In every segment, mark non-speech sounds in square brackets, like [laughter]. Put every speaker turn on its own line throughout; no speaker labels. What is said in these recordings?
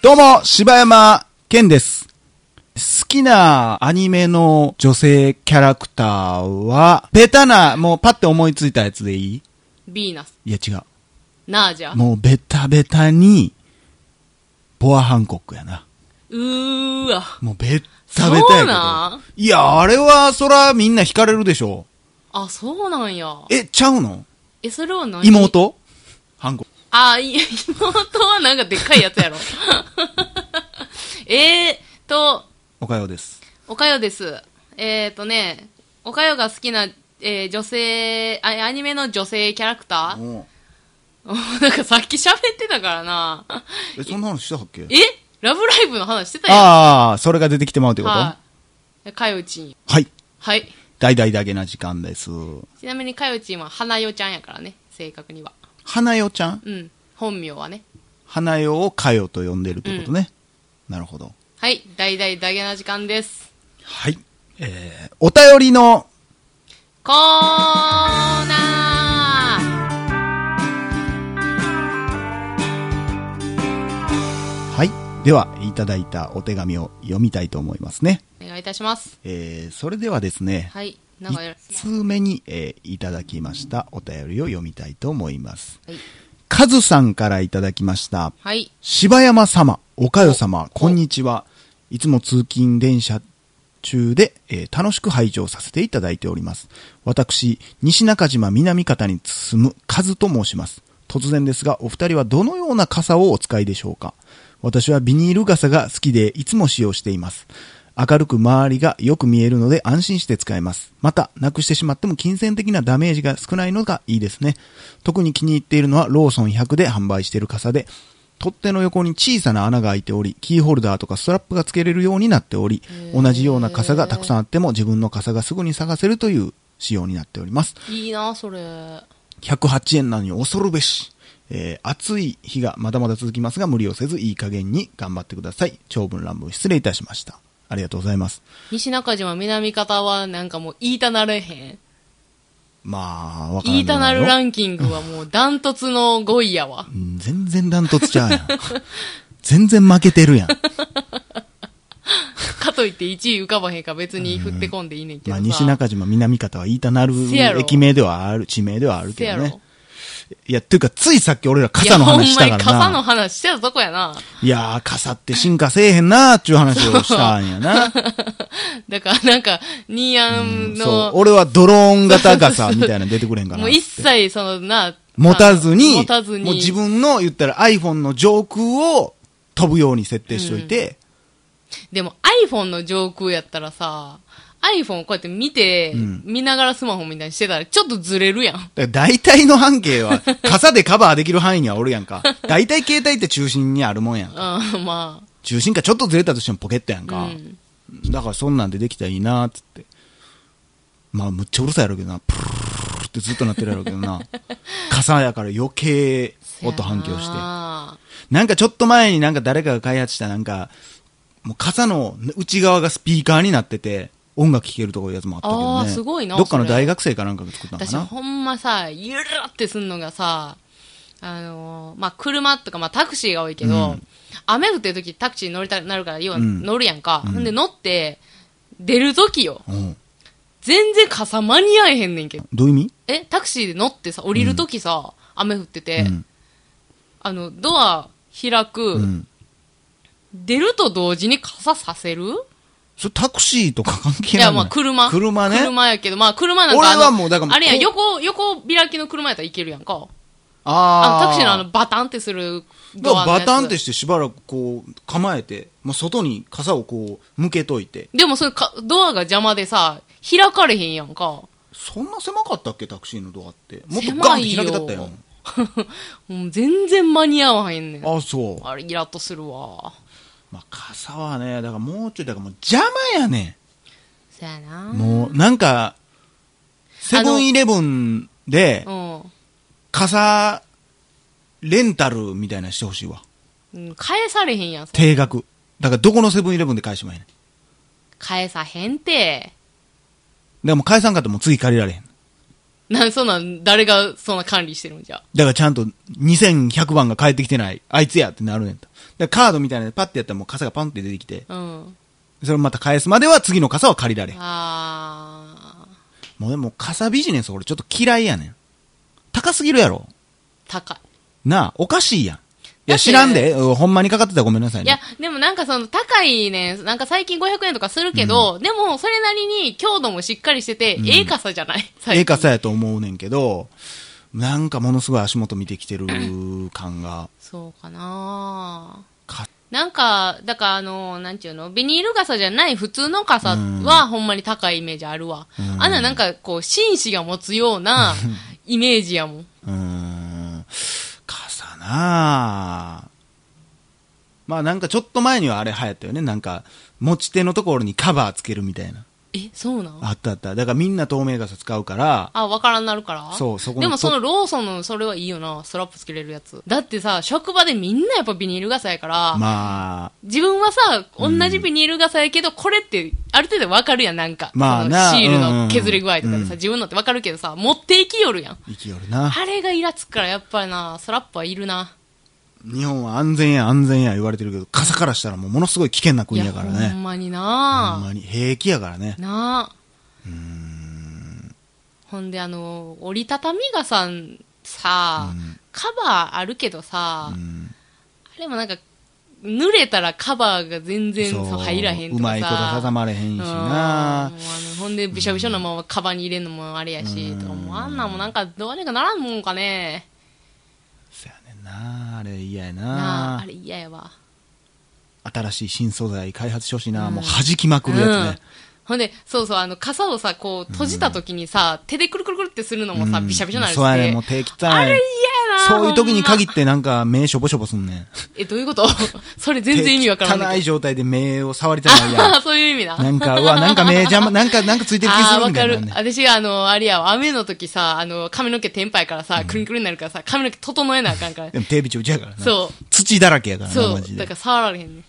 どうも、柴山健です。好きなアニメの女性キャラクターは、ベタな、もうパッて思いついたやつでいい
ビーナス。
いや違う。
ナージャ。
もうベタベタに、ボアハンコックやな。
うーわ。
もうベッタベタ
そう
や
なん
けど。いや、あれは、そらみんな惹かれるでしょ。
あ、そうなんや。
え、ちゃうの
え、それは何
妹ハンコ。
あ、い妹はなんかでっかいやつやろ。 [laughs] えーと、
おかようです。
おかよです。えーとね、おかよが好きな、えー女性あ、アニメの女性キャラクター
おう
[laughs] なんかさっき喋ってたからな。
え、そんな話したっけ
えラブライブの話してたやん。
ああ、それが出てきてまうってことは
はい。かよちん。
い。
はい。
大々だけな時間です。
ちなみにかよちんは花代ちゃんやからね、正確には。
花代ちゃん
うん。本名はね。
花代をかよと呼んでるってことね。なるほど。
はい。大々だげな時間です。
はい。えー、お便りの、
コーナー
はい。では、いただいたお手紙を読みたいと思いますね。
お願いいたします。
えー、それではですね、
はい。なんかや
1通目に、えーいただきましたお便りを読みたいと思います。
はい。
カズさんからいただきました。
はい。
柴山様、おかよ様、こんにちは。いつも通勤電車中で、えー楽しく拝聴させていただいております。私、西中島南方に住むカズと申します。突然ですが、お二人はどのような傘をお使いでしょうか私はビニール傘が好きでいつも使用しています。明るく周りがよく見えるので安心して使えます。また、なくしてしまっても金銭的なダメージが少ないのがいいですね。特に気に入っているのはローソン100で販売している傘で、取っ手の横に小さな穴が開いており、キーホルダーとかストラップが付けれるようになっており、同じような傘がたくさんあっても自分の傘がすぐに探せるという仕様になっております。
いいな、それ。は
108円なのに恐るべし。えー暑い日がまだまだ続きますが無理をせずいい加減に頑張ってください。長文乱文失礼いたしました。ありがとうございます。
西中島南方はなんかもう言いたなれへん。
まあ、わからん
言いたなるラ
ン
ンキングはもうダントツの5位や
[laughs]
わ。
全然ダントツちゃうやん。 [laughs] 全然負けて
[laughs]
るやん。
かといって1位浮かばへんか別に振ってこんでいいねんけど
まあ、
さ。
西中島南方は言いたなる
せやろ
駅名ではある、地名ではある
せ
け
や
ど
ろ。
ね。いや、っていうか、ついさっき俺ら
いや、
傘の
ほん
話し
ま
た
に
から
傘の
な。
話してたとこやな。
いやー、傘って進化せえへんなーっていう話をしたんや
[laughs]
な。
だからなんか、ニーアン
そう
の、。
俺はドローン型傘みたいなの出てくれんかな
もう。一切そのな、
持たずに、
持たずに。
もう自分の言ったら iPhone の上空を飛ぶように設定しといて、
でも iPhone の上空やったらさ、iPhone こうやって見て、
ん
見ながらスマホみたいにしてたらちょっとずれるやん。 [laughs]
だから大体の半径は傘でカバーできる範囲にはおるやんか。大体携帯って中心にあるもんやんか。
うん、ま
中心かちょっとずれたとしてもポケットやん
あ。う
か。
ん。
だからそんなんでできたらいいなーっつって。まあ、むっちゃうるさいやろうけどな。プルルルってずっとなってるやろうけどな。傘やから余計音反響して。
て。
なんかちょっと前になんか誰かが開発したなんか、もう傘の内側がスピーカーになってて、音楽聴けるとこいうやつもあったけどね。
あーすごいな
どっかの
それ
大学生かなんかが作ったのか
私
な。
ほんまさ、ゆるーってすんのがさ、あのーまあ、車とか、まあ、タクシーが多いけど、
うん
雨降ってる時タクシーに乗りたくなるから、要は
うん
乗るやんか。
うん
ほんで乗って、出る時よ。
うん。
全然傘間に合えへんねんけど。
どういう意味
え、タクシーで乗ってさ、降りる時さ、雨降ってて、
うん。
あの、ドア開く、
うん。
出ると同時に傘させる
それタクシーとか関
い
係ないも
や、
ん
まあ、車。
車ね。
車やけど、まあ、車なんか
俺は
あの
もうだから
あれやん、
こう
横、横開きの車やったらいけるやんか。あ
あー
の、タクシーのあの、バタンってする
だ
ド
か
ア
ら
のや
バ
つ。
タンってしてしばらくこう構えて、まあ、外に傘をこう向けといて。
でも、それか、ドアが邪魔でさ、開かれへんやんか。 [laughs]
そんな狭かったっけタクシーのドアって。もっとガンって開けたったよ。
もう全然間に合わへんねん。
あ、そう。
あれ、イラッとするわ。
まあ、傘はね、だからもうちょい、だからもう邪魔やね
そや
ん。
な
もう、なんか、セブンイレブンで、傘、レンタルみたいなのしてほしいわ。
うんうん。返されへんやん。それ
定額。だからどこのセブンイレブンで返してもいいねん。だか
返さへんて。
らもう返さんかったらもう次借りられへん。
なん、そんなん、誰がそんな管理してるんじゃ。
だからちゃんと2100番が返ってきてない、あいつやってなるねんと。だからカードみたいなのでパッてやったらもう傘がパンって出てきて、
うん。
それをまた返すまでは次の傘は借りられへん。
あー、
もうでも傘ビジネス俺ちょっと嫌いやねん。高すぎるやろ。
高い。
なあ、おかしいやん。い
だ
や、
って
知らんで、うんほんまにかかってたらごめんなさい
いや
ね。、
でもなんかその高いね、なんか最近500円とかするけど、でもそれなりに強度もしっかりしてて、ええ傘じゃな
[laughs]
い
ええ
最近
傘やと思うねんけど、なんかものすごい足元見てきてる感が、
そうかな
か、
なんか、だからあの、なんていうの、ビニール傘じゃない普通の傘はほんまに高いイメージあるわ。
うん
あんななんかこう、紳士が持つよ
[laughs]
うなイメージやもん。
うーん、傘なあまあなんかちょっと前にはあれ流行ったよね。なんか、持ち手のところにカバーつけるみたいな。
え、そうなん
あったあった。だからみんな透明傘使うから、
あ、わからんなるから
そうそこの
でもそのローソンのそれはいいよな、ストラップつけれるやつ。だってさ、職場でみんなやっぱビニール傘やから、
まあ、
自分はさ、同じビニール傘やけど、これって、ある程度わかるやん、なんか。
まあ
そ
な
のシール
うんうん
の削れ具合とかで
う
さ、
ん
自分のってわかるけどさ、持っていきよるやん。
生きよるな。
あれがイラつくから、やっぱりな、スラップはいるな。
日本は安全や安全や言われてるけど、傘からしたらもうものすごい危険ない国やからね
ほ。んまに
ほん
な
まに平気やからね。
なあ。ほんで、あの、折りたたみ傘、さ、カバーあるけどさ、
うん
あれもなんか、濡れたらカバーが全然そう入らへんとかさ。
うまいこと挟まれへんしな
うん。もうあのほんで、びしょびしょのままカバンに入れるのもあれやし、とかもうあんなんもなんかどうにかならんもんかね。
そやねんな。あれ嫌や
なあ、
な
あ。れ嫌やわ。
新しい新素材開発してほしいな。
うん
もう弾きまくるやつ
う
ね
ん。ほんで、そうそう、あの、傘をさ、こう、閉じた時にさ、手でくるくるくるってするのもさ、
うん
びしゃびしゃになるし。
そうやねんもう手汚い。
あれ嫌やな
そういう時に限
て。
ってなんか目しょぼしょぼすんねん。
え、どういうこと [laughs] それ全然意味わから
手
んな
汚
い
い
け
状態で目を触りた
ど。
ないやん。
あ [laughs] そういう意味だ。
なんか、うわ、なんか目邪魔、なんか、なんかついてる気
あ
す
あー、
る
わ
みた
か
い
る
な、。ね。
私があの、あれやわ、雨の時さ、あの、髪の毛テンパやからさ、くるんくるんになるからさ、髪の毛整えなあかんから。
でも手びちょびちょやからな。
そう。
土だらけやからな、
そ
マ
う
ジ。
だ
で
か。ら触られへんね。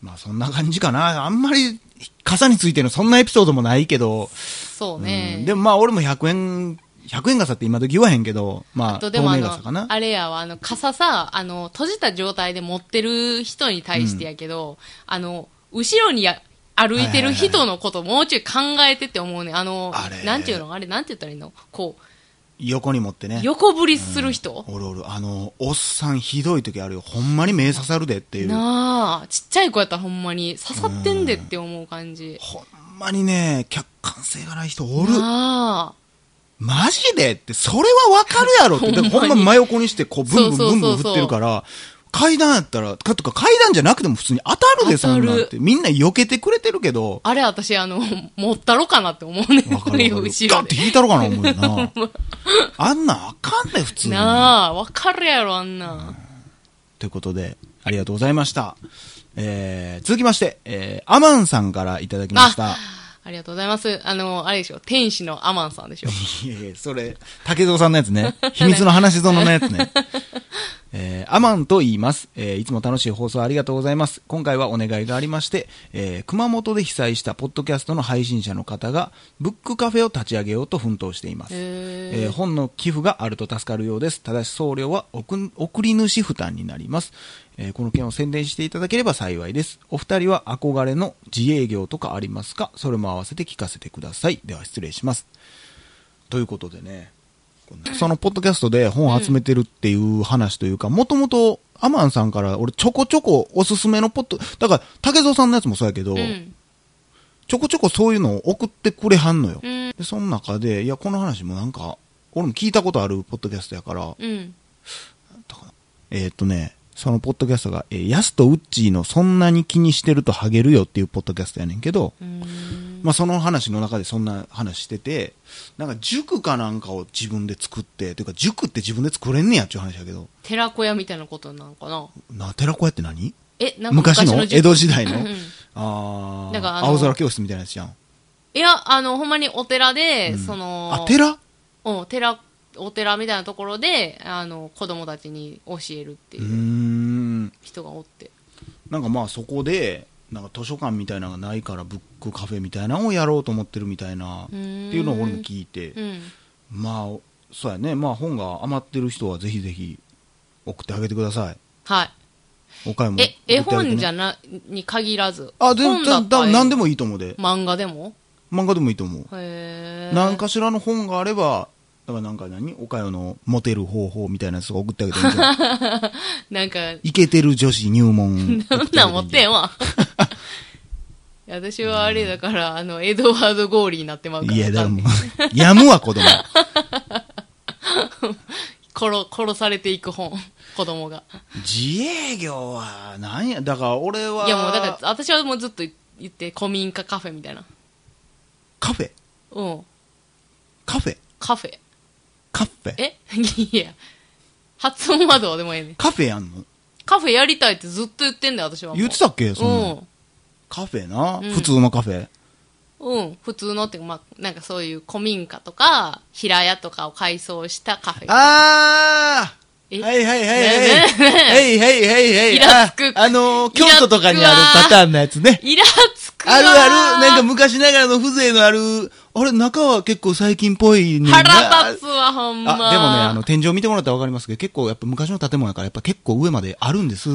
まあそんな感じかな。あんまり傘についてのそんなエピソードもないけど、
そう
う
ね
ん。でもまあ俺も100円、100円傘って今時言わへんけど、まあ、透
とでもあ
明
の
傘かな、。
あれやわ、あの、傘さ、あの、閉じた状態で持ってる人に対してやけど、あの、後ろにや歩いてる人のこともうちょい考えてって思うね。あの
あれ、
なんていうのあれ、なんて言ったらいいのこ
横に持ってね
う、。横振りする人、
おるおる。あの、おっさんひどい時あるよ。ほんまに目刺さるでっていう。
なあ、ちっちゃい子やったらほんまに刺さってんでって思う感じ。
ほんまにね、客観性がない人おる。
なあ。
マジでって、それはわかるやろって。
[laughs] ほん
だか
まに
らほんま真横にして、こう、ブンブン
そ
ブ
うそう
ンブ
そ
ン
うそう
振ってるから、階段やったら、かとか階段じゃなくても普通に当たるで、
当
そ
た
ん
る
なんって。みんな避けてくれてるけど、
あれ、私、あの、持ったろかなって思うね。
わか
[laughs]
るわかる。ガンっ
後ろで
て。引いたろかな、思うよ
[laughs]
な。あんなんあかんね、普通に。
なあ、わかるやろ、あんな。
ということで、ありがとうございました。えー、続きまして、えー、アマンさんからいただきました
あ。ありがとうございます。あの、あれでしょ、天使のアマンさんでしょ。
いやいや、それ、竹蔵さんのやつね。秘密の話園のやつね。 [laughs] えー、アマンと言います。えー、いつも楽しい放送ありがとうございます。今回はお願いがありまして、えー、熊本で被災したポッドキャストの配信者の方が、ブックカフェを立ち上げようと奮闘しています。
へ
えー本の寄付があると助かるようです。ただし送料は送送り主負担になります、えーこの件を宣伝していただければ幸いです。お二人は憧れの自営業とかありますかそれも合わせて聞かせてください。では失礼します。ということでね、そのポッドキャストで本を集めてるっていう話というか、もともとアマンさんから俺ちょこちょこおすすめのポッド、だから竹蔵さんのやつもそうやけど、
うん。
ちょこちょこそういうのを送ってくれはんのよ。
うん。
で、その中で、いや、この話もなんか、俺も聞いたことあるポッドキャストやから、
うん。
えーっとね、そのポッドキャストが、えーヤスとウッチーのそんなに気にしてるとハゲるよっていうポッドキャストやねんけど、
うん
まあその話の中でそんな話してて、なんか塾かなんかを自分で作って、というか塾って自分で作れんねやっていう話やけど、
寺子屋みたいなことなのかな
な、寺子屋って何
え、なんか
昔の
塾
江戸時代の
うんうん
あー
だからあの
青空教室みたいなやつじゃん。
いや、あの、ほんまにお寺で、その、
あ、寺
うん、寺、お寺みたいなところで、あの、子供たちに教えるって
うー。
いうん人がおって。
なんかまあそこで、なんか図書館みたいなのがないからブックカフェみたいなのをやろうと思ってるみたいなって
ーん
いうのを俺も聞いて、
うん。
まあそうやねまあ本が余ってる人はぜひぜひ送ってあげてください
はい。
お買いも
え、絵本じゃ
ん
な、に限らず。
あ全
本だっ
然
たら
何でもいいと思うで
漫画でも
漫画でもいいと思う
へえ。
何かしらの本があればだからなんか何おかよのモテる方法みたいなやつを送ってあげてみ
[laughs]
て
なんか、
イケてる女子入門
そんなん持ってん
わ
わ。いや私はあれだから、あの、エドワード・ゴーリーになってまうから。
いやだ
[laughs]
もうやむわ子供
殺、殺されていく本。 [laughs] 子供が。
自営業はなんやだから俺はい
やもうだから、私はもうずっと言って、古民家カフェみたいな。
カフェ
うん。
カフェ
カフェ。
カフェ
え [laughs] いや。発音はどうでもええねん。
カフェやんの
カフェやりたいってずっと言ってんだよ、私はもう。
言ってたっけそんなん
うん。
カフェな、
うん
普通のカフェ
うん、普通のっていうか、まあ、なんかそういう古民家とか、平屋とかを改装したカフェ。
あ
え
ーはいはいはいはい。
ね
はいはいはいはい。
イラつく
ああのー
イラ
京
つく
都
わ
とかにあるパターンのやつね。
イラつくわー
あるある、なんか昔ながらの風情のある、あれ、中は結構最近っぽいねんな。
腹立つわ、ほんま。
あ、でもね、あの、天井見てもらったらわかりますけど、結構やっぱ昔の建物やから、やっぱ結構上まであるんです。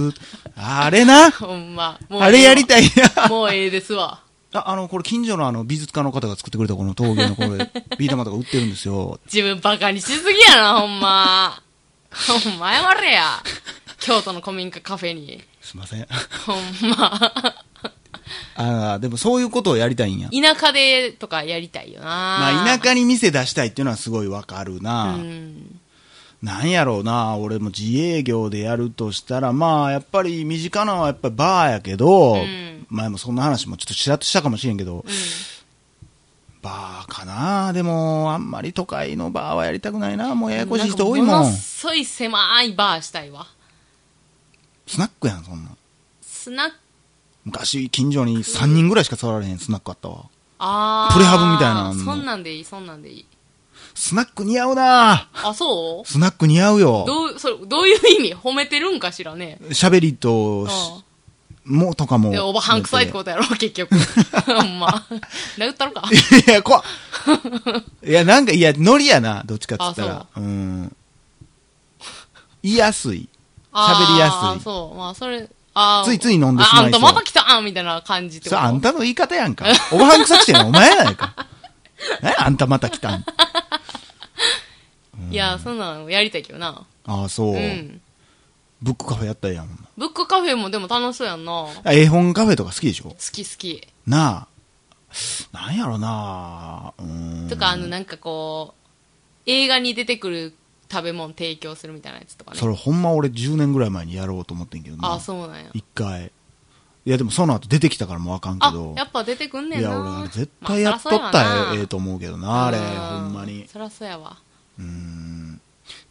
あれな、
ほんま。もう
あれやりたいな。
もうええですわ。
あ、あの、これ近所のあの、美術家の方が作ってくれたこの陶芸のこれ、ビー玉とか売ってるんですよ。
自分バカにしすぎやな、ほんま。ほんま謝れや。京都の古民家カフェに。
すいません。
ほんま。
あーでもそういうことをやりたいんや。
田舎でとかやりたいよな。
まあ、田舎に店出したいっていうのはすごいわかるな。
うん。
なんやろうな、俺も自営業でやるとしたら、まあ、やっぱり身近なのはやっぱりバーやけど、
うん
前もそんな話もちょっとちらっとしたかもしれんけど、バーかな、でも、あんまり都会のバーはやりたくないな、もうややこしい人多い
な
も
か
ん。
ものすごい狭いバーしたいわ。
スナックやん、そんなん。
スナック、
昔、近所に3人ぐらいしか触られへんスナックあったわ。
あー
プレハブみたいなの
そんなんでいい、そんなんでいい。
スナック似合うな
あ、そう
スナック似合うよ。
どう、それ、どういう意味褒めてるんかしらね。
喋りとし、
う
もうとかも。
ん。で、おばはん臭いってことやろ、結局。
[laughs]
ほんま。殴ったろか。
いや、怖っいや、なんか、いや、ノリやな、どっちかっつったら
あ。
うん。言いやすい。喋りや
あー
すい。
そう。まあ、それ、あー
ついつい飲んでしまいそう
ああんたまた来たあんみたいな感じって
そ
こ
れ
と
あんたの言い方やんか。おばはん臭くしてんのお前やないか。えあんたまた来たん。
いや、そんなのやりたいけどな。
ああ、そう
う。ん。
ブックカフェやったらやん。
ブックカフェもでも楽しそうやんな。好
あ絵本カフェとか好きでしょ
き好き。
なあ。なんやろなあ。うん。
とか、あの、なんかこう、映画に出てくる食べ物提供するみたいなやつとかね。
それほんま俺10年ぐらい前にやろうと思ってんけど
あ
な
ー、。そうなんや。
一回。いや、でもその後出てきたからもうあかんけ
あ
ど。、
やっぱ出てくんねん
い
な。
や、俺、あれ絶対やっとったらええええと思うけどな、あれ、ほんまに。
そらそうやわ。
うん。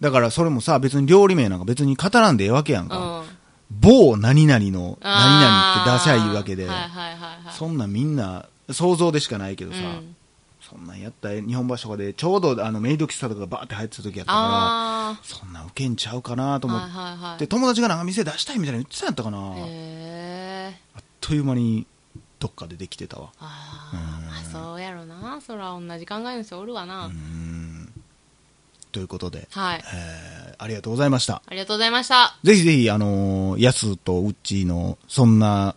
だから、それもさ、別に料理名なんか別に語らんでええわけやん
うん。
か。某何々の何々
あ
って
ー
出しゃいいわけで
はい、はいはいはい。
そんなんみんな、想像でしかないけどさ
う、ん
そんなんやったら日本橋とかで、ちょうどあのメイド喫茶とかがバーって入ってた時やったか
あ
ら、そんなんウケんちゃうかなと
あ。
思
はい
っ
はいはい。
て、友達がなんか店出したいみたいなの言ってたんやったかな。あっ
へえ。
という間に、どっかでできてたわ。
あーまあ、そうやろな。そら同じ考えの人おるわな。
うん。ということで、
はい。
えーありがとうございました。
ありがとうございました。
ぜひぜひ、あのー、やすとうっちーの、そんな、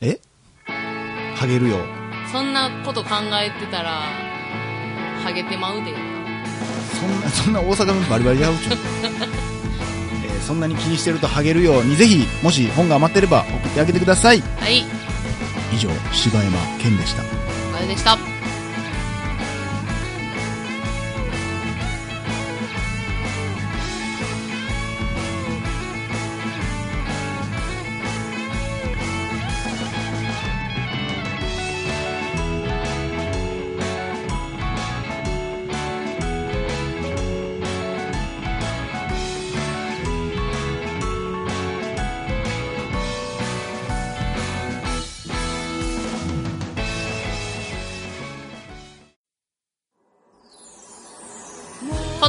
えハゲるよ。
そんなこと考えてたら、ハゲてまうで。
そんな、 [laughs] そんな大阪弁バリバリやうちゅう、 [laughs] えーそんなに気にしてるとハゲるように、ぜひ、もし本が余ってれば送ってあげてください。
はい。
以上、柴山健でした。
あれでした。ポ